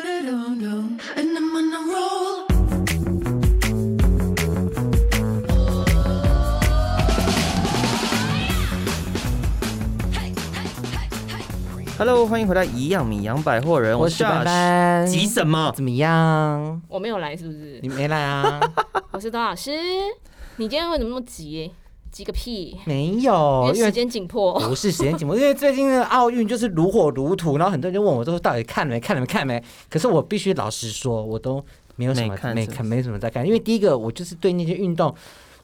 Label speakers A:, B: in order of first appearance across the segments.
A: And I'm on a roll.
B: Hello，欢迎回来，一样米阳百货人，
C: 我是
B: 是
C: 班
B: Josh。
C: 班，
B: 急什么？
C: 怎么样？
D: 我没有来是不是？
C: 你没来啊？
D: 我是董老师，你今天为什么那么急？急个屁！
C: 没 有，
D: 因
C: 哦因
D: 为时
C: 为
D: 间紧迫，
C: 不是时间紧迫，因为最近的奥运就是如火如荼，然后很多人就问我，说到底看了没看了没看了没？可是我必须老实说，我都没有什么
B: 没看
C: 没
B: 是不
C: 看，
B: 是
C: 没什么在看，因为第一个我就是对那些运动。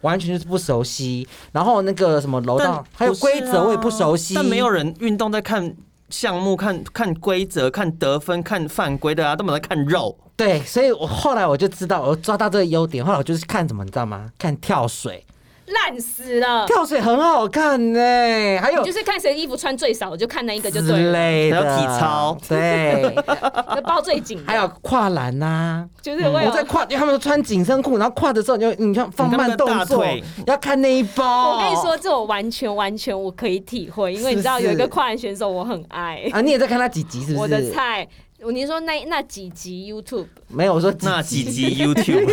C: 完全就是不熟悉，然后那个什么楼
B: 但
C: 道还有
B: 不是
C: 规则我也不
B: 啊
C: 熟悉，
B: 但没有人运动在看项目、看看规则、看得分、看犯规的啊，都没有在看 肉。
C: 对，所以我后来我就知道，我抓到这个优点，后来我就是看什么，你知道吗？看跳水，
D: 烂死
B: 啊
D: 了。
C: 跳水很好看呢、还有
D: 你就是看谁的衣服穿最少，我就看那一个就对
C: 之
D: 了。
C: 类
B: 还
C: 的，
B: 有体操，
C: 对，
D: 那包最紧的，
C: 还有跨栏呐、
D: 就是我
C: 我
D: 有
C: 在跨，因为他们都穿紧身裤，然后跨的时候你就你就放慢动
B: 你看他们的大
C: 作
B: 腿，
C: 要看那一包。
D: 我跟你说，这我完全完全我可以体会，因为你知道
C: 是不
D: 有
C: 是
D: 一个跨栏选手，我很爱
C: 啊，你也在看他几集是不是？
D: 我的菜。你说那那几集 YouTube
C: 没有，我说几
B: 那几集 YouTube，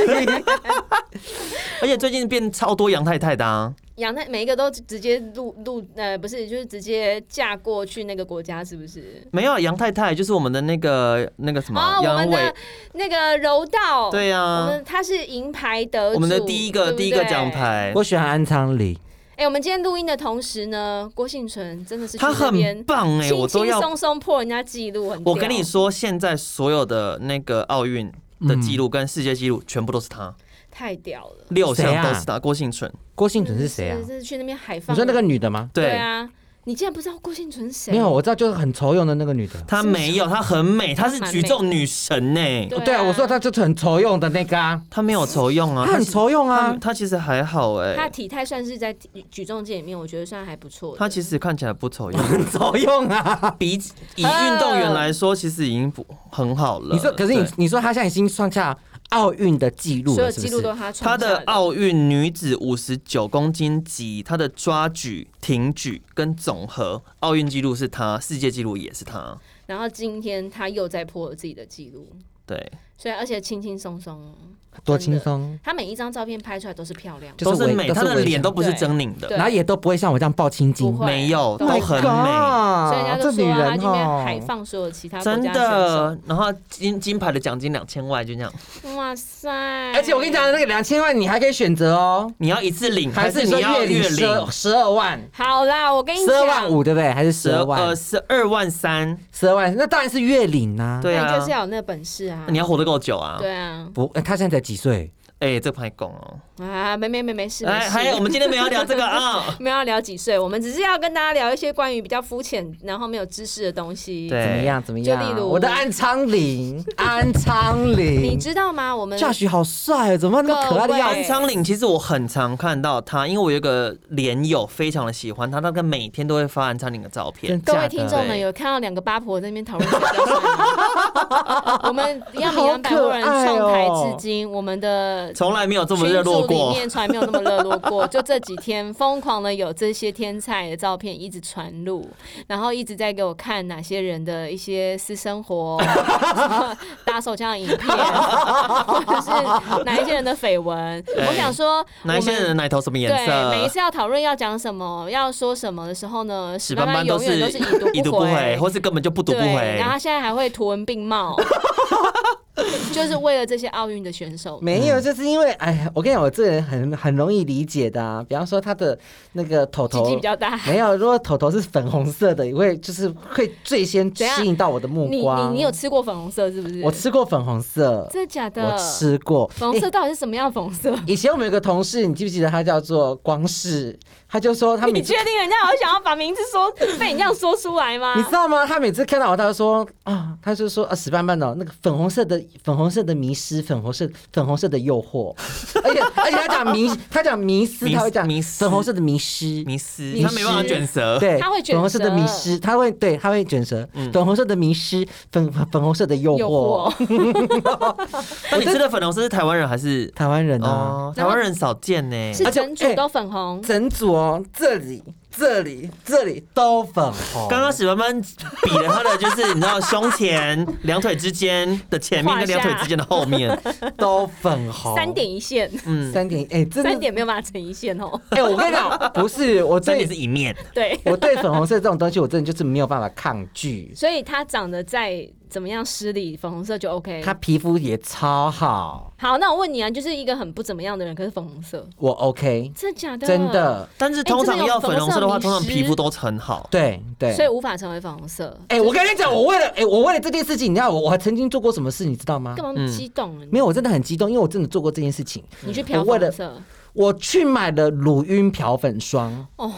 B: 而且最近变超多杨太太的、啊，
D: 杨太每一个都直接录录呃不是就是直接嫁过去那个国家是不是？
B: 没有啊杨太太就是我们的那个那个什
D: 哦
B: 么，
D: 我
B: 杨
D: 们
B: 伟
D: 的，那个柔道，
B: 对呀、
D: 我
B: 啊
D: 们，他是银牌得主，
B: 我们的第一个
D: 对不对
B: 第一个奖。牌，
C: 我喜欢安昌林，
D: 哎、我们今天录音的同时呢，郭幸存真的是去
B: 他
D: 那
B: 很
D: 边
B: 棒哎、
D: 轻
B: 我都
D: 轻
B: 要
D: 松松破人家记录，很屌
B: 我跟你，说，现在所有的那个奥运的记录跟世界纪录，全部都是他，
C: 嗯
D: 太屌了。
B: 六
C: 谁
B: 项
C: 啊
B: 都是他。郭幸存，
C: 郭幸存是谁啊
D: 就？是去那边海放。
C: 你说那个女的吗？
D: 对
B: 对
D: 啊，你竟然不知道郭幸存是谁？
C: 没有，我知道就是很丑用的那个女的。
B: 她没有，她很美，她是
D: 蛮
B: 举
D: 美
B: 重女神呢、
D: 对啊
C: 对啊，我说她就是很丑用的那个啊，
B: 她没有愁用啊，
C: 她很
B: 是
C: 丑用
B: 她
C: 啊。
B: 她其实还好哎、
D: 啊他体态算是在体举重界里面，我觉得算还不错的。
B: 她其实看起来不愁用，
C: 很丑用 啊！
B: 比起以运动员来说，其实已经不很好了。
C: 你说，可是你
B: 对
C: 你说她现在已经创下奥运的记录
D: 所有
C: 了，是
D: 记
C: 不
D: 录
C: 是
D: 都？是他
B: 她
D: 创下
B: 的奥运女子五十九公斤级，她的抓举、挺举跟总和奥运纪录是她，世界纪录也是她。
D: 然后今天他又在破了自己的记录，
B: 对，
D: 所以而且轻轻松松，
C: 多轻松，
D: 他每一张照片拍出来都是漂亮的。
C: 就是
B: 都是
C: 微
B: 美，
C: 都是
B: 她的
C: 微
B: 脸
C: 笑
B: 都不是
D: 对
B: 狰狞的。
D: 对
C: 然后也都不会像我这样爆青筋
D: 不，会
B: 没有，
D: 都
B: 都很美，
D: 所以人家
C: Oh
D: 就
C: 这女
D: 说啊他
C: 人
D: 今天海
C: 哦，
D: 放所有其他国
B: 真
D: 家选
B: 的。然后金金牌的奖金两千万，就这样，
D: 手。哇塞！
C: 而且我跟你讲，，那个两千万你还可以选择哦，
B: 你要一次领，
C: 还
B: 还
C: 是
B: 是
C: 你
B: 你
C: 说
B: 要
C: 月领
B: 月
C: 十
B: 领
C: 十二万？
D: 好啦，我跟你
C: 十二万
D: 讲，
C: 五对不对？还是十
B: 十
C: 二
B: 呃
C: 万？
B: 十二万三？
C: 十二万，那当然是月领呐。
B: 对
D: 那
B: 啊
D: 你就是，要有那本事啊。
B: 你要活得够久啊！
D: 嗯对啊，
C: 不，哎他现在才几岁？
B: 哎，这牌拱哦。
D: 啊，没没没没事没
B: 哎，
D: 事。
B: 还有我们今天没有聊这 个啊。
D: 没有要聊几岁，我们只是要跟大家聊一些关于比较肤浅，然后没有知识的东西。
B: 对
C: 怎么样？怎么
D: 就例
C: 样？
D: 如
C: 我的安昌 林，安昌
D: 你
C: 林，
D: 知道吗？我们
C: 教许好帅哦，怎么那么可爱的样
D: 各
B: 安
D: 位
C: 子？
B: 昌岭其实我很常看到他，因为我有一个连友非常的喜欢他，他大概每天都会发安昌岭的照片
C: 真。
D: 各
C: 假
D: 位
C: 的
D: 听众们
B: 对
D: 有看到两个八婆在那边讨论这个标 准吗我们要米阳百货人
B: 哦
D: 创台至今，我们的
B: 从来没有这么热
D: 群
B: 络
D: 组里
B: 过，
D: 面从来没有那么热络过， 就这几天疯狂的有这些天才的照片一直传入，然后一直在给我看哪些人的一些私生活、 打手枪的影片， 或者是哪一些人的绯闻。
B: 哎
D: 我想说，
B: 哪一些人的奶头什么颜
D: 对，每一
B: 色？
D: 次要讨论要讲什么、要说什么的时候呢，史
B: 斑
D: 班
B: 斑
D: 班永远都
B: 是
D: 是已
B: 已
D: 读
B: 读
D: 不
B: 不
D: 回
B: 回，，或是根本就不读
D: 对，
B: 不回
D: 然。后他现在还会图文 并茂，就是为了这些奥运的选手。
C: 没有，就是因为哎，我跟你讲，我这人很很容易理解的、啊。比方说他的那个头
D: 鸡
C: 头
D: 鸡比较大，
C: 没有，如果头头是粉红色的，也会就是会最先
D: 怎样
C: 吸引到我的目
D: 你你
C: 光。
D: 你有吃过粉红色是不是？
C: 我吃过粉红色，
D: 真的假的？
C: 我吃过
D: 粉红色
C: 诶
D: 到底是什么样的粉红色？
C: 以前我们有个同事，你记不记得他叫做光世？他就说他每
D: 你
C: 次
D: 确，定人家好想要把名字说被你这样说出来吗？
C: 你知道吗？他每次看到我，他就说啊，他就说啊，史斑斑的那个粉红色的粉红色的迷失，粉红色粉红色的诱 惑，而且而且他讲迷，他讲迷失，
B: 迷
C: 他会讲
B: 迷失
C: 粉红色的迷失，
B: 迷失，
C: 迷
B: 他没办法
C: 失
B: 卷舌。
C: 对，
D: 它会卷
C: 粉红色的
D: 舌嗯
C: 迷失，它会对，它会卷舌。粉红色的迷失，粉粉红色的诱惑。
D: 诱惑，
B: 那你吃的粉红色是台湾人还是？
C: 台湾人啊，
B: 哦，台湾人少见呢。
D: 是
C: 而且
D: 整组
C: 哎
D: 都粉红，
C: 整组哦，这里这里、这里都粉红。
B: 刚刚史班班比了他的就是你知道胸前、两腿之间的前面跟两腿之间的后面，
C: 都粉红，
D: 三点一线，
C: 嗯，三点哎，真的
D: 三点没有办法成一线哦。
C: 哎，我跟你讲，不是我
B: 这里
C: 对
B: 是一面。
D: 对，
C: 我对粉红色这种东西，我真的就是没有办法抗拒。
D: 所以它长得再怎么样失礼，粉红色就 OK。
C: 他皮肤也超好，
D: 好，那我问你啊，就是一个很不怎么样的人，可是粉红色，
C: 我 OK，
D: 真的假的？
C: 真。的，
B: 但是通常要粉红色的话，
D: 哎这
B: 通
D: 个有粉红色的迷失
B: 常皮肤都很好。
C: 对对。
D: 所以无法成为粉红色。
C: 哎、我跟你讲，我为了哎、我为了这件事情，你知道我我还曾经做过什么事，你知道吗？
B: 嗯
D: 干嘛那么激动啊？
C: 嗯没有，我真的很激动，因为我真的做过这件事情。
D: 你去漂
C: 我为
D: 粉
C: 了
D: 红色
C: 我去买了乳晕漂粉霜，
D: 哦，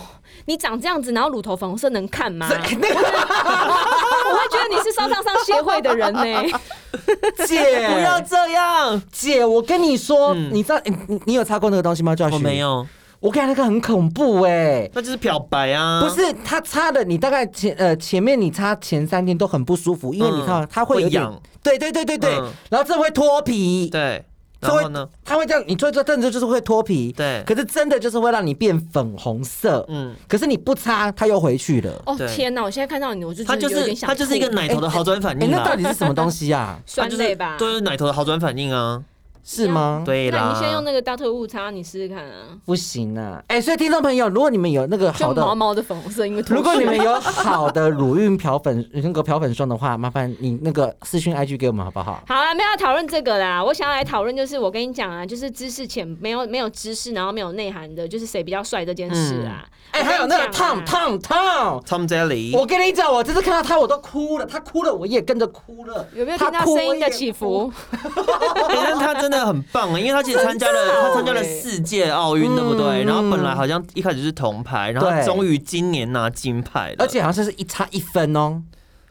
D: 你长这样子，然后乳头粉红色能看
B: 啊
D: 吗？
C: 这
D: 我
C: 那个
D: 会觉得你是烧烫伤协会的人呢、
C: 姐
B: 不要这样，
C: 姐，我跟你说，你知道、哎你你有擦过那个东西吗？教
B: 我
C: 学
B: 没，有，
C: 我看那个很恐怖哎、
B: 那就是漂白啊。
C: 不是，它擦的你大概前呃前面你擦前三天都很不舒服，因为你看
B: 嗯
C: 它会有点
B: 会痒，
C: 对对对对对
B: 嗯，
C: 然后这会脱皮，
B: 对，
C: 这
B: 然
C: 会
B: 后呢？？
C: 它会这样，你做做动作就是会脱皮，
B: 对
C: 可是真的就是会让你变粉红色，嗯
B: 嗯，
C: 可是你不擦它又回去了，
D: 哦
B: 对
D: 天哪！我现在看到你，我就
B: 它就
D: 觉得有点
B: 是
D: 想
B: 它就是一个
D: 吐？
B: 奶头的好转反
C: 哎，
B: 应
C: 那
B: 啦
C: 到，底是什么东西 啊
B: 它
D: 酸
B: 就是
D: 类吧？
B: 就是奶头的好转反应啊。
C: 是吗？
B: 对
D: 那
B: 啦，
D: 你先用那个大腿物擦，你试试看啊，
C: 不行啊，哎，所以听众朋友，如果你们有那个
D: 就
C: 好的。
D: 毛毛的粉红色，因为脱
C: 如果
D: 水
C: 你们有好的乳晕漂粉那个漂粉霜的话，麻烦你那个私讯 IG 给我们好不好？
D: 好啦，没有要讨论这个啦。我想要来讨论，就是我跟你讲啊，就是知识浅，没有没有知识，然后没有内涵的，就是谁比较帅这件事啊。
C: 哎、还有那个
D: 我跟你讲啊
C: Tom Tom Tom，
B: Tom Jelly，
C: 我跟你讲，哦我这次看到他我都哭了，他哭了我也跟着哭哎嗯了。
D: 有没有听到
C: 他哭
D: 声音的
C: 我
D: 起？
C: 也哭
D: 伏？
B: 欸但是他真的很棒啊，因为他其实参加了
C: 哦
B: 他参加了四届奥运，对不对？然后本来好像一开始是铜牌，然后
C: 嗯对
B: 终于今年拿金牌了，
C: 而且好啊像是一差一分哦，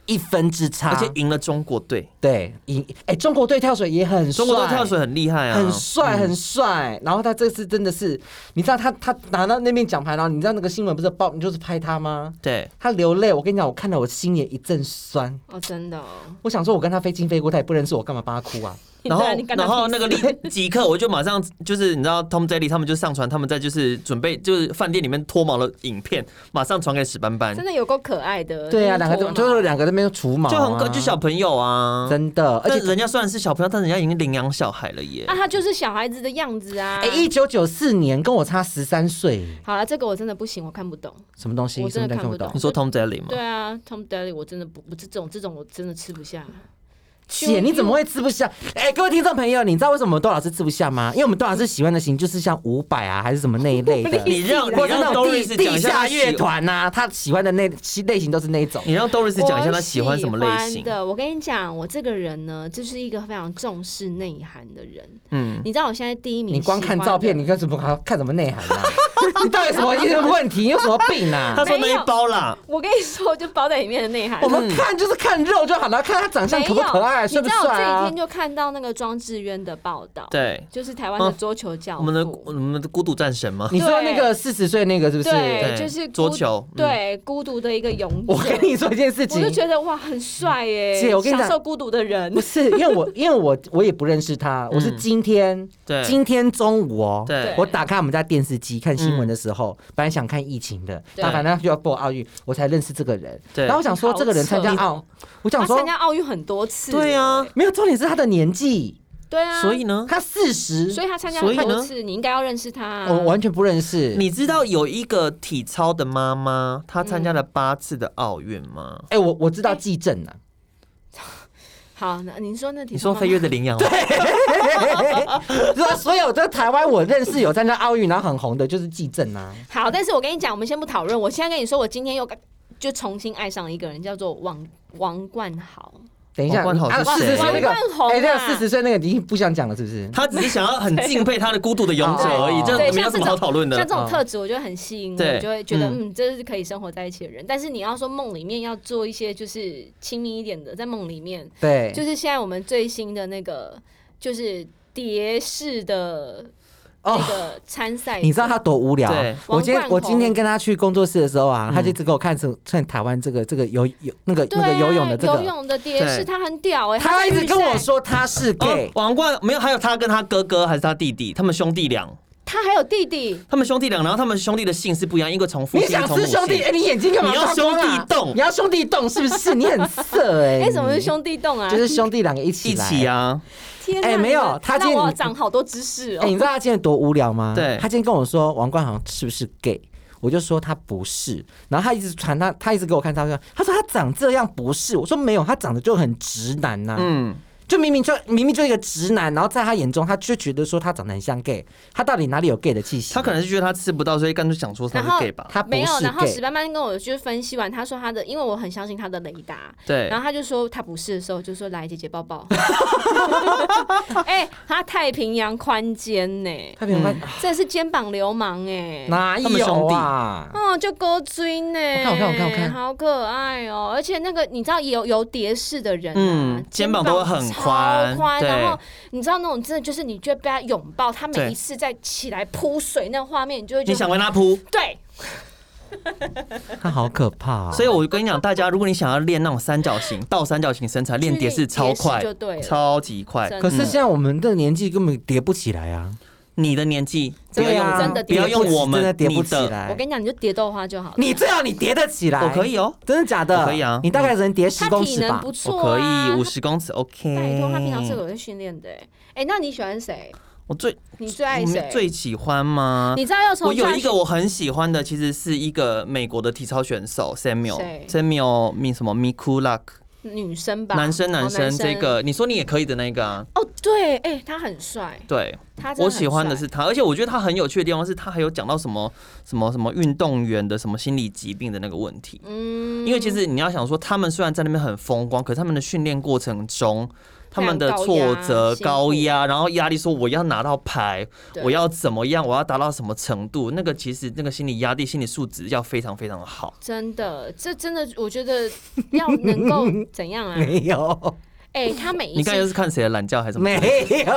C: 一分之差。
B: 而且赢了中国队，
C: 对，赢哎、中国队跳水嗯也很帅，
B: 中国队跳水很厉害啊，
C: 很帅很帅。然后他这次真的是，你知道他他拿到那面奖牌，然后你知道那个新闻不是报，你就是拍他吗？
B: 对，
C: 他流泪，我跟你讲，我看到我心也一阵酸。
D: 哦，真的哦。
C: 我想说，我跟他非亲非故，他也不认识我，干嘛帮他哭啊？
B: 然后
D: 对啊 你，干他
B: 然后
D: 屁
B: 那
D: 事
B: 个 立即刻，我就马上就是你知道 Tom Jelly 他们就上传他们在就是准备就是饭店里面脱毛的影片，马上传给史斑斑
D: 真，的有够可爱的。
C: 对啊，两个
D: 就
C: 都
D: 是脱
C: 就
D: 毛
C: 是两个在那边除毛、啊，
B: 就很可就小朋友啊，
C: 真的，
B: 而
C: 而且
B: 且人家虽然是小朋友，但人家已经领养小孩了耶
D: 啊，，他就是小孩子的样子啊。
C: 哎，一九九四年跟我差十三岁，
D: 好了，这个我真的不行，我看不懂。
C: 什么东西？
D: 我
C: 什
D: 真
C: 么
D: 的
C: 都看
D: 看
C: 不
D: 不
C: 懂
D: 懂。
B: 你说 Tom Jelly 吗
D: 对？啊，Tom Daly，我真的不，我这种这种我真的吃不下。
C: 姐，你怎么会吃不下？哎、各位听众朋友，你知道为什么我们窦老师吃不下吗？因为我们窦老师喜欢的型就是像伍佰啊，还是什么那一 类的，
B: 你让你
C: 或者那
B: 让
C: 种地
B: Doris 讲
C: 地
B: 一下
C: 下
B: 他喜
C: 乐团呐、他喜欢的那类型都是那一种。
B: 你让 Doris 讲一下他喜欢什么类
D: 我喜
B: 型
D: 欢。的，我跟你讲，我这个人呢，就是一个非常重视内涵的人。
B: 嗯
D: 嗯，你知道我现在第一名，
C: 你光看照片，你。看什么看什么内涵啊？ 你到底什么问题？你有什么病啊
B: 他？说那一包啦，
D: 我跟你说，就包在里面的内涵。
C: 我们看就是看肉就好了，看他长相
D: 嗯没
C: 可
D: 有，
C: 不可爱，
D: 你知
C: 帅不
D: 道我
C: 帅
D: 这几
C: 啊
D: 天？就看到那个庄智渊的报道，，
B: 对，
D: 就是台湾的
B: 嗯
D: 桌球教
B: 我
D: 父。
B: 们的我们的孤独战神吗？
C: 啊你说那个四十岁那个是不是？
D: 对，
B: 对
D: 就是
B: 桌
D: 孤
B: 球嗯
D: 对孤独的一个勇
C: 我跟
D: 者。
C: 你说一件事
D: 我
C: 情，
D: 就觉得哇，很帅耶！
C: 姐我跟你讲
D: 享受孤独的人
C: 不，是，因为我因为我我也不认识他，我是今天
B: 嗯对
C: 今天中午哦，
B: 对嗯
C: 我打开我们家电视机看新闻的时候，本来想看疫情的，
D: 对
C: 但反正他就要播奥运，我才认识这个人。
B: 对
C: 然后我想说这个人参加奥，我想
D: 他
C: 说
D: 参加奥运很多次。
B: 对啊，
C: 没有重点是他的年纪，
D: 对啊，
B: 所以呢，
C: 他四十，
D: 所以他参加
B: 所
D: 很
B: 以呢
D: 多次，你应该要认识他啊。
C: 我完全不认识。
B: 你知道有一个体操的妈妈，她参加了八次的奥运
D: 嗯
B: 吗？
C: 哎，我我知道季正啊，
D: 好，那您说那题
B: 你说飞跃的羚羊吗，
C: 就是所有在台湾我认识有参加奥运然后很红的，就是季正啊。
D: 好，但是我跟你讲，我们先不讨论。我现在跟你说，我今天又就重新爱上一个人，叫做王王冠豪。
C: 等一下，
B: 王冠
C: 啊，
B: 豪
C: 四
B: 是谁
C: 十岁那个，
D: 王冠宏
C: 哎，那个
D: 啊
C: 四十岁那个已经不想讲了，是不是？
B: 她只是想要很敬佩她的孤独的勇者而已，
C: 哦
B: 这
D: 对，
B: 没有
D: 像
B: 什
D: 这
B: 么好
D: 种
B: 讨论的嗯
D: 像。这种特质，我觉得很吸引我，
B: 对
D: 我就会觉得
B: 嗯
D: 嗯这是可以生活在一起的人。但是你要说梦里面要做一些就是亲密一点的，在梦里面，
C: 对，
D: 就是现在我们最新的那个就是蝶式的
C: 哦
D: 那个参赛者，
C: 你知道他多无聊、啊
B: 对
C: 我今天
D: 王冠宏
C: 我今天跟他去工作室的时候啊，他就一直给我看成看台湾这个这个游游那个
D: 对
C: 那
D: 啊
C: 个游泳的这
D: 游
C: 个，
D: 泳的蝶
B: 对
D: 式，他很屌哎、
C: 他
D: 在
C: 一直
D: 预
C: 跟我
D: 赛
C: 说他是 gay，
B: 哦，王冠没有，还有她跟她哥哥还是她弟弟，他们兄弟俩，
D: 他还有弟弟，
B: 他们兄弟俩，然后他们兄弟的姓是不一样，一个从父
C: 你
B: 姓，一
C: 想
B: 个从
C: 吃
B: 母
C: 兄弟？
B: 姓
C: 哎、。你眼睛干嘛、啊
B: 你要兄弟动
C: 你要兄弟动是不是？你很色哎、
D: 哎、怎么是兄弟洞啊？
C: 就是兄弟两个一起
B: 一
C: 来
B: 起。啊，
D: 天哪
C: 哎没有
D: 你们
C: 他今
D: 让
C: 天
D: 我长好多知识哦
C: 哎、。你知道他今天多无聊吗？
B: 对
C: 他今天跟我说王冠好像是不是 gay，我就说他不是，然后他一直传他，他一直给我看照片，他说他长这样不是，我说没有，他长得就很直男啊呐、
B: 嗯，
C: 就明明就明明就一个直男，然后在他眼中，他就觉得说他长得很像 gay，他到底哪里有 gay 的气息？
B: 他可能是觉得他吃不到，所以干脆想说他
D: 然后
B: 是 gay 吧。
C: 他不
D: 没有，
C: 是
D: 然后
C: gay
D: 史班班跟我就是分析完，他说他的，因为我很相信他的雷达，
B: 对
D: 然后他就说他不是的时候，就说来姐姐抱抱。 哎、他太平洋宽肩呢，
C: 他没有办
D: 这是肩膀流氓哎、
C: 哪
B: 嗯他们
C: 有
B: 兄弟
C: 啊？
D: 哦，就勾追呢，
C: 我看我看我看
D: 好可爱哦！而且那个你知道有有蝶式的人、啊，
B: 嗯肩膀都很宽
D: 超宽，
B: 对
D: 然后你知道那种真的就是你就被他拥抱，他每
B: 对
D: 一次在起来扑水那个画面，你就会觉得
B: 你想为他扑，
D: 对，
C: 他好可怕、哦。
B: 所以我跟你讲，大家如果你想要练那种三角形、倒三角形身材，练
D: 去
B: 蝶式超
D: 蝶式
B: 快，
D: 就对了
B: 超级快。
D: 真的
C: 可是现在我们的年纪根本叠不起来啊！
B: 你的年纪，不要
C: 对啊，
B: 用
D: 真的
B: 不要
D: 叠不
B: 用
D: 起
B: 我
C: 真的
B: 们
C: 叠
B: 你
C: 不起
B: 的，
D: 我
C: 来。
D: 跟你讲，你就蝶豆花就好了。
C: 你最好你叠得起来，
B: 我可，以哦，
C: 真的假的？
B: 我可以啊
C: 你大概只能叠十
D: 他
C: 公
D: 体
C: 尺
D: 能
C: 吧
D: 不？错、
B: 我
D: 啊，
B: 可以五十公尺
D: 他。拜
B: ，OK。
D: 托，他平常是有在训练的、欸。哎、那你喜欢谁？
B: 我最
D: 你最爱谁？
B: 最喜欢吗？
D: 你知道要从
B: 我有一个
D: Josh-
B: 我很喜欢的，其实是一个美国的体操选手 Samuel
D: 谁
B: Samuel 名什么 Mikulak，
D: 女生吧，
B: 男生
D: 哦
B: 男生这个，你说你也可以的那个啊，
D: 哦，对，哎、他很帅，
B: 对，
D: 他真的
B: 我
D: 很
B: 喜欢的
D: 帅
B: 是他，而且我觉得他很有趣的地方是他还有讲到什么什么什么运动员的什么心理疾病的那个问题。
D: 嗯，
B: 因为其实你要想说，他们虽然在那边很风光，可是他们的训练过程中，他们的挫折、
D: 非常高压
B: 高压，然后压力说我要拿到牌，
D: 对
B: 我要怎么样，我要达到什么程度，那个其实那个心理压力、心理素质要非常非常的好。
D: 真的，这真的，我 觉得要能够怎样啊？
C: 没有，
D: 哎、他每一
B: 你刚才又
D: 次
B: 是看谁的懒觉还是什么？
C: 没有，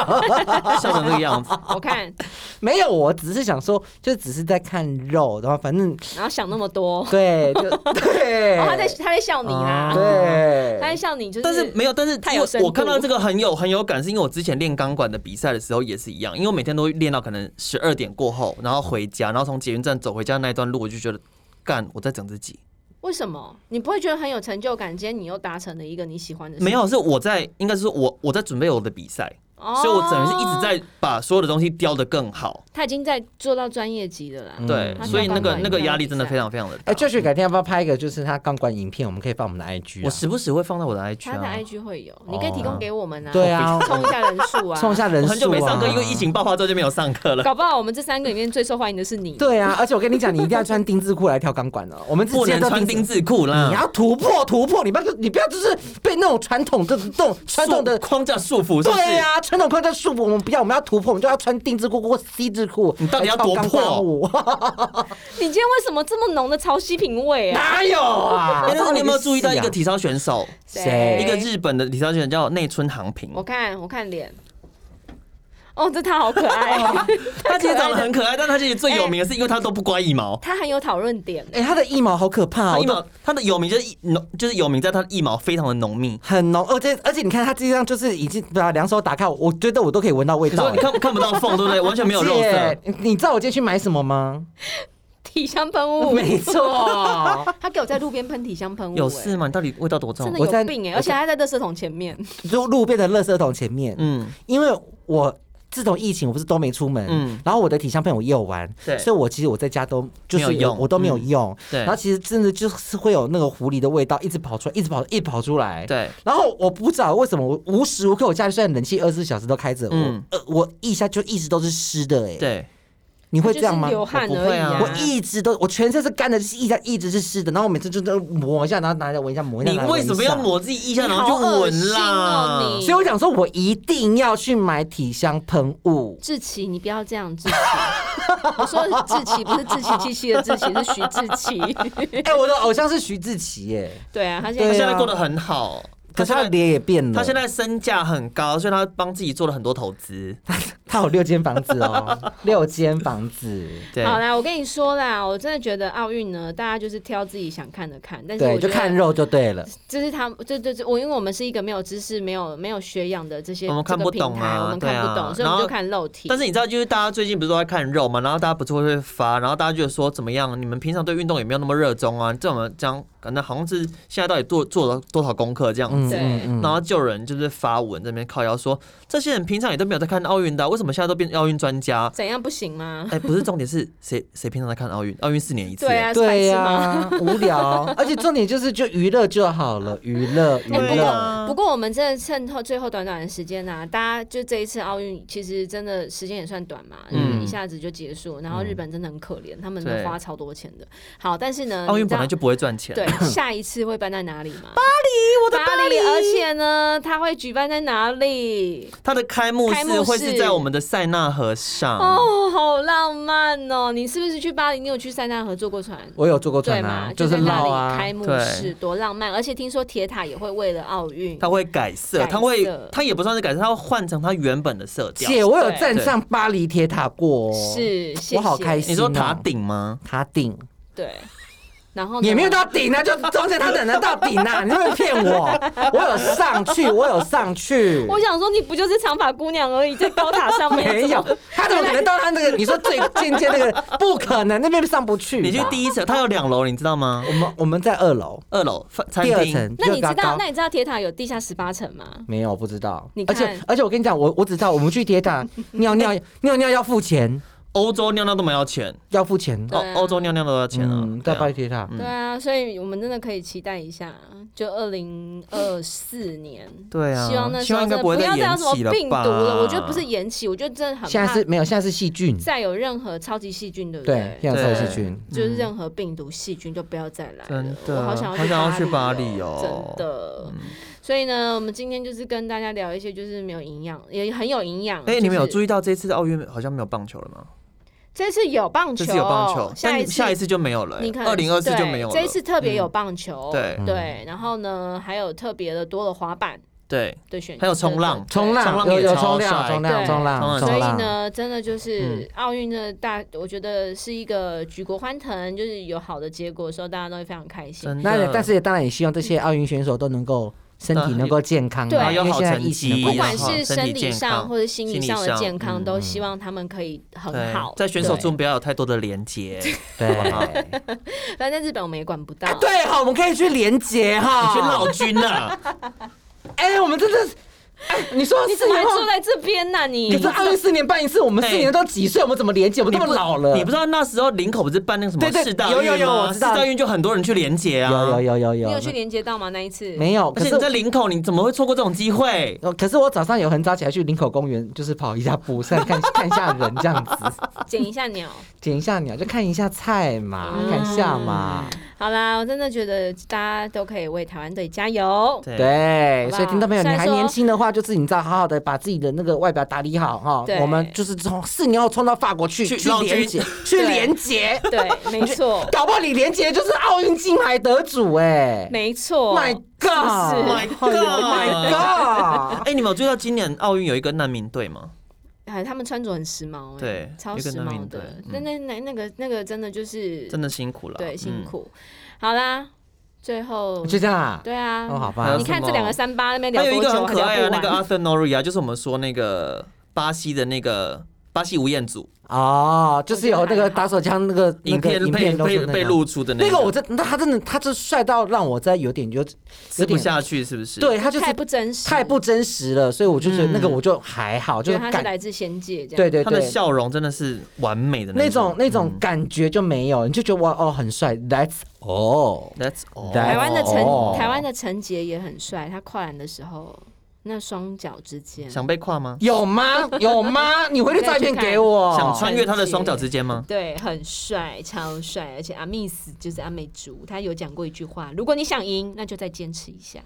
B: 笑成那个 样子，
D: 我看，
C: 没有。我只是想说，就只是在看肉，然后反正
D: 然后想那么多，
C: 对，就对，啊
D: 哦，他在他在笑你哎啦，
B: 哦
C: 对，
D: 他在笑你，就是
B: 但是没有，但是
D: 太有深
B: 我
D: 度
B: 我看到这个很有很有感，是因为我之前练钢管的比赛的时候也是一样，因为我每天都会练到可能十二点过后，然后回家，然后从捷运站走回家那一段路，我就觉得干我在整自己。
D: 为什么你不会觉得很有成就感？今天你又达成了一个你喜欢的事，
B: 没有，是我在，应该是说我我在准备我的比赛，
D: 哦，
B: 所以我等于是一直在把所有的东西雕得更好。
D: 他已经在做到专业级的啦。
B: 对，
D: 嗯
B: 所以那个
D: 嗯
B: 那个压力真的非常非常的大
C: 哎。，Josh 改天要不要拍一个就是他钢管影片？我们可以放我们的 IG
B: 我
C: 啊。
B: 时不时会放到我的 IG
D: 他的
B: 啊。
D: IG 会有，你可以提供给我们啊。
C: 对啊，
D: 冲一下人数啊，
C: 冲一。下人
B: 我
C: 数啊。
B: 很久没上课，因为疫情爆发之后就没有上课了。
D: 搞不好我们这三个里面最受欢迎的是你。
C: 对啊，而且我跟你讲，你一定要穿丁字裤来跳钢管哦。我们
B: 不能穿嗯丁
C: 字，
B: 字裤
C: 嗯你
B: 啦，
C: 要突破突破，你不要你不要就是被那种传统这种传统的
B: 束框架束缚，是不是
C: 对啊呀、传统框架束缚我们不要，我们要突破，我们就要穿丁字裤或 C 字裤。
B: 你到底要多
C: 来跳钢管
B: 破
C: 舞
D: 你今天为什么这么浓的潮汐品味啊？
C: 哪有啊
B: 哎？但是你有没有注意到一
C: 到
B: 个
C: 底
B: 体操选手，
C: 谁
B: 一个日本的体操选手叫内村航平
D: 我，看我看脸，哦，这他好可
C: 哦
D: 爱，哦
B: 他其实长得很可爱，但他其实最有名的是因为他都不刮腋毛。
D: 他很有讨论点
C: 是谁啊？哎、他的腋毛好可怕、
B: 他
C: 哦，
B: 腋毛，他的有名就是一浓，就是有名在他的腋毛非常的浓密。
C: 很浓，而且而且你看他这张就是已经把两手打开，我觉得我都可以闻到味
B: 可是
C: 道。
B: 你看看不到缝，对不对？完全没有 肉色
C: 姐。你你知道我今天去买什么吗？
D: 体香喷雾，欸
C: 没错，
D: 他给我在路边喷体香喷雾，
B: 有
D: 哎
B: 事吗？你到底味道多
D: 真
B: 重
D: 的？
C: 我在
D: 有病哎！而且他在垃圾桶 前面，
C: 就路边的垃圾桶前面。
B: 嗯，
C: 因为我自从疫情，我不是都没出门，
B: 嗯
C: 然后我的体香喷我也有玩，
B: 对
C: 所以我其实我在家都就是
B: 没有用嗯
C: 我都没有用，
B: 对
C: 然后其实真的就是会有那个狐狸的味道一直跑出来，一直跑，一直跑出来，。
B: 对，
C: 然后我不知道为什么我无时无刻我家里虽然冷气二十四小时都开着，
B: 嗯
C: 我呃我一下就一直都是湿的哎、欸，，
B: 对，
C: 你会
D: 就
C: 这
D: 是
C: 样吗？
D: 流汗
B: 我不
D: 而
B: 会
D: 已
B: 啊
D: 啊
C: 我。一直都我全身是干的，就是一下一直是湿的，然后我每次就都抹一下，然后拿来闻一下，抹一下，
B: 你
C: 拿来闻
B: 为
C: 一
B: 什么要
C: 下
B: 抹自己腋下，然后
D: 好
B: 就
D: 恶
B: 闻
D: 心
B: 啦？
D: 哦你
C: 所以我想说，我一定要去买体香喷雾。
D: 志奇，你不要这样，志奇。我说的志奇不是志奇七七的志奇，是徐志奇。
C: 哎、我的偶像是徐志奇耶，
D: 对啊，他现
B: 他
D: 在
C: 对
B: 现在过得很好，
C: 可是他的脸也变了。
B: 他现在身价很高，所以他帮自己做了很多投资。
C: 他有六间房子 哦，六间房子。
B: 对，
D: 好啦，我跟你说啦，我真的觉得奥运呢，大家就是挑自己想看的看，但是我
C: 对，
D: 觉
C: 就
D: 得
C: 看肉就对了。
D: 这是他们，这这这我，因为我们是一个没有知识、没有没有学养的这些
B: 我们看不懂
D: 这个
B: 啊
D: 平台，我们看不
B: 对
D: 懂，
B: 啊
D: 所以我
B: 然
D: 们
B: 后
D: 就看肉体。
B: 但是你知道，就是大家最近不是都在看肉嘛，然后大家不是会发，然后大家就说怎么样？你们平常对运动也没有那么热衷啊，这么这样，感觉好像是现在到底做做了多少功课这样子。
C: 嗯
D: 对
C: 嗯
B: 然
C: 嗯，
B: 后就有人就是发文这边靠腰说，这些人平常也都没有在看奥运的啊、为什么现在都变奥运专 家？
D: 怎样不 行吗？
B: 哎，不是重点是谁谁平常在看奥运？奥运四年一次，
D: 对啊，是白
C: 对
D: 痴
C: 呀、
D: 吗？
C: 无聊。而且重点就是就娱乐就好了，娱乐娱
B: 对
C: 乐。
B: 啊
D: 不过我们真的趁后最后短短的时间呐、大家就这一次奥运，其实真的时间也算短嘛，
B: 嗯
D: 嗯，一下子就结束。然后日本真的很可怜，他们都
B: 对
D: 花超多钱的。好，但是呢，
B: 奥运
D: 你知道
B: 本来就不会赚钱。
D: 对， 下一次会办在哪里吗？巴黎，我的巴黎。而且呢，它会举办在哪里？
B: 它的开幕
D: 开幕
B: 式会
D: 式
B: 是在我们的塞纳河上。
D: 哦，好浪漫哦！你是不是去巴黎？你有去塞纳河坐过船？
C: 我有坐过
D: 对
C: 船
D: 嘛
C: 啊，，
D: 在
C: 是
D: 那
C: 捞
D: 里
C: 啊。
D: 开幕
B: 对
D: 式，多浪漫！而且听说铁塔也会为了奥运，
B: 它会改色，
D: 改
B: 它会
D: 色，
B: 它也不算是改色，它会换成它原本的色调。
C: 姐，我有
D: 对
C: 站上巴黎铁塔过、哦，
D: 是，谢
C: 我好
D: 谢
C: 开心、哦
B: 你说塔，顶吗？
C: 塔顶
D: 对，然后呢
C: 也没有到顶啊，就中间他等得到顶 啊，你有没有骗我？我有上去，我有上去。
D: 我想说，你不就是长发姑娘而已，在高塔上面
C: 没有，他怎么可能到他那个？你说最尖尖那个，不可能，那边上不去吧。
B: 你去第一层，它有两楼，你知道吗？
C: 我们我们在二楼，
B: 二楼饭餐
C: 第二
B: 厅
C: 层。
D: 那你知
C: 就高
D: 道，那你知道铁塔有地下十八层吗？
C: 没有，我不知道
D: 你。
C: 而
D: 看
C: 且而且我跟你讲，我我只知道我们去铁 塔尿尿尿尿要付钱，
B: 欧洲尿尿都没要钱，
C: 要付钱。
D: 对
B: 欧
D: 啊
B: 欧洲尿尿都要钱啊
C: 嗯，。
B: 对
C: 在
B: 啊
C: 巴黎铁塔，
D: 对啊，所以我们真的可以期待一下，就二零二四年。
B: 对啊，
D: 希望那时
B: 希
D: 候
B: 望应该
D: 真的
B: 不会
D: 要
B: 再
D: 再有
B: 延
D: 什么
B: 期了
D: 病毒
B: 吧？
D: 了。我觉得不是延期，我觉得真的很
C: 现在
D: 怕
C: 是没有，现在是细菌。
D: 再有任何超级细菌，对不
C: 对，现在
B: 对
C: 才有细菌。
D: 就是任何病毒细菌就不要再来了。
B: 嗯真的
D: 我好想
B: 好想要去
D: 巴
B: 巴黎
D: 哦
B: 哦，
D: 真的。所以呢，我们今天就是跟大家聊一些就是没有营养，也很有营养。
B: 哎，你们有注
D: 意？
B: 意到这次的奥运好像没有棒球了吗？
D: 这次有棒球，
B: 这次有棒球，
D: 下
B: 但
D: 一
B: 你
D: 次
B: 下一次就没有了
D: 你
B: 欸。
D: 可能
B: 二零二四
D: 对
B: 就没有了。嗯
D: 这一次特别有棒球，
B: 对嗯
D: 对，然后呢，还有特别的多了滑板
B: 对，
D: 的选，
B: 还有冲浪
C: 冲
B: 冲
C: 浪
B: 浪
C: 有
B: 也
C: 有
B: 超
C: 冲
B: 帅
C: 浪，冲浪，
D: 对
C: 冲浪，
D: 所
C: 冲
D: 以
C: 浪。
D: 呢，真的
B: 嗯
D: 就是奥运的大，我觉得是一个举国欢腾，就是有好的结果的时候，大家都会非常开心。
B: 真
C: 那
B: 的
C: 但是也当然也希望这些奥运选手都能够身体能够健康
D: 对
C: 啊，因
B: 有
C: 为
B: 好
C: 现在
B: 成
C: 疫情
B: 绩
C: 的
D: 不
C: 关
D: 管
C: 系
D: 是生理上或者心理上的
B: 心
D: 健
B: 理嗯
D: 康，都希望他们可以很好。
B: 在选手中不要有太多的连接。
C: 对。
D: 对，但在日本我们也管不
B: 啊
D: 到。
C: 对哈，我们可以去连接
B: 你
C: 哈。
B: 去闹军 啊！
C: 哎、我们真的是，哎、你说
D: 你
C: 四
D: 怎么还
C: 年后，
D: 坐在这边呢？你
C: 可是奥运四年办一次，我们四年都几岁，我们怎么连接？我们
B: 你
C: 这么
B: 不
C: 老了，
B: 你不知道那时候林口不是办那个什
C: 对
B: 么
C: 对
B: 世大
C: 有有
B: 运
C: 有
B: 吗
C: 我知
B: 世
C: 道
B: 大运就很多人去连结啊。
C: 有有有有有，
D: 你有去连接到吗？那一次
C: 没有？
B: 而
C: 可
B: 且
C: 是
B: 你在林口，你怎么会错过这种机会？
C: 哦可是我早上有很早起来去林口公园，就是跑一下步，上看看一下人这样子，
D: 捡一下鸟。
C: 捡一下鸟，就看一下菜嘛，
D: 嗯
C: 看一下嘛。
D: 好啦，我真的觉得大家都可以为台湾队加油。好
C: 对，
D: 不
C: 所以听到没有？
D: 好
C: 你
D: 虽然
C: 还
D: 说
C: 年轻的话，就是你知道，好好的把自己的那个外表打理好哈
D: 对。
C: 我们就是从四年后冲到法国去
B: 去
C: 去
B: 绕
C: 连
B: 军
C: 接，去
D: 对
C: 连接。
D: 对，没错，
C: 搞不好李连杰就是奥运金牌得主哎、
D: 没错。
C: My
D: Oh
B: 哦
C: God！My God！
B: 哎，你们有注意到今年奥运有一个难民队吗？
D: 哎，他们穿着很时髦、哎，
B: 对
D: 超
B: 有
D: 时
B: 个男
D: 髦
B: 领队
D: 的。
B: 嗯
D: 那那那那个那个真的就是
B: 真的辛苦了，
D: 对
B: 嗯
D: 辛。苦。好啦，最后
C: 就这样啊。
D: 对啊，
C: 哦，
B: 还
C: 好吧
B: 有
D: 你。看这两个三八那边聊
B: 还有
D: 多
B: 一
D: 久，
B: 个很可爱的那
D: 还聊不
B: 个
D: 完
B: Arthur Noria，就是我们说那个巴西的那个巴西吴彦祖，
C: 哦，就是有那个打手枪那个那
B: 影
C: 个
B: 片
C: 影
B: 被
C: 片都是
B: 被
C: 那个
B: 被露出的
C: 那
B: 个，
C: 个我真，那他真的，他这帅到让我在有点就有
B: 吃不
C: 点，
B: 下去，是不是？
C: 对他就是
D: 太不真实，
C: 太不真实了，所以我就觉得
B: 嗯
C: 那个我就还好，
D: 觉
C: 就
D: 得
C: 是
D: 他是
C: 感
D: 来自仙界这样。
C: 对对
B: 他的
C: 对，
B: 笑嗯容真的是完美的
C: 那种
B: 种
C: 那种感觉就没有，你就觉得哇哦很帅，That's all。
B: That's all。
C: That's
D: 台湾的陈、
C: 哦
D: 台湾的陈杰也很帅，他跨栏的时候那双脚之间，
B: 想被跨吗？
C: 有吗？有吗？你回去照片给我。
B: 想穿越他的双脚之间吗？
D: 对，很帅，超帅，而且阿密斯就是阿美族，他有讲过一句话：如果你想赢，那就再坚持一下。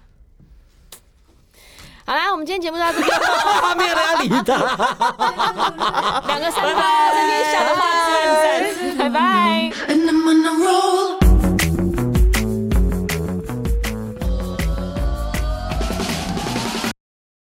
D: 好啦，我们今天节目 就到这边喽，
C: 他没有人要理他。
D: 两个三八这边笑的话，拜拜。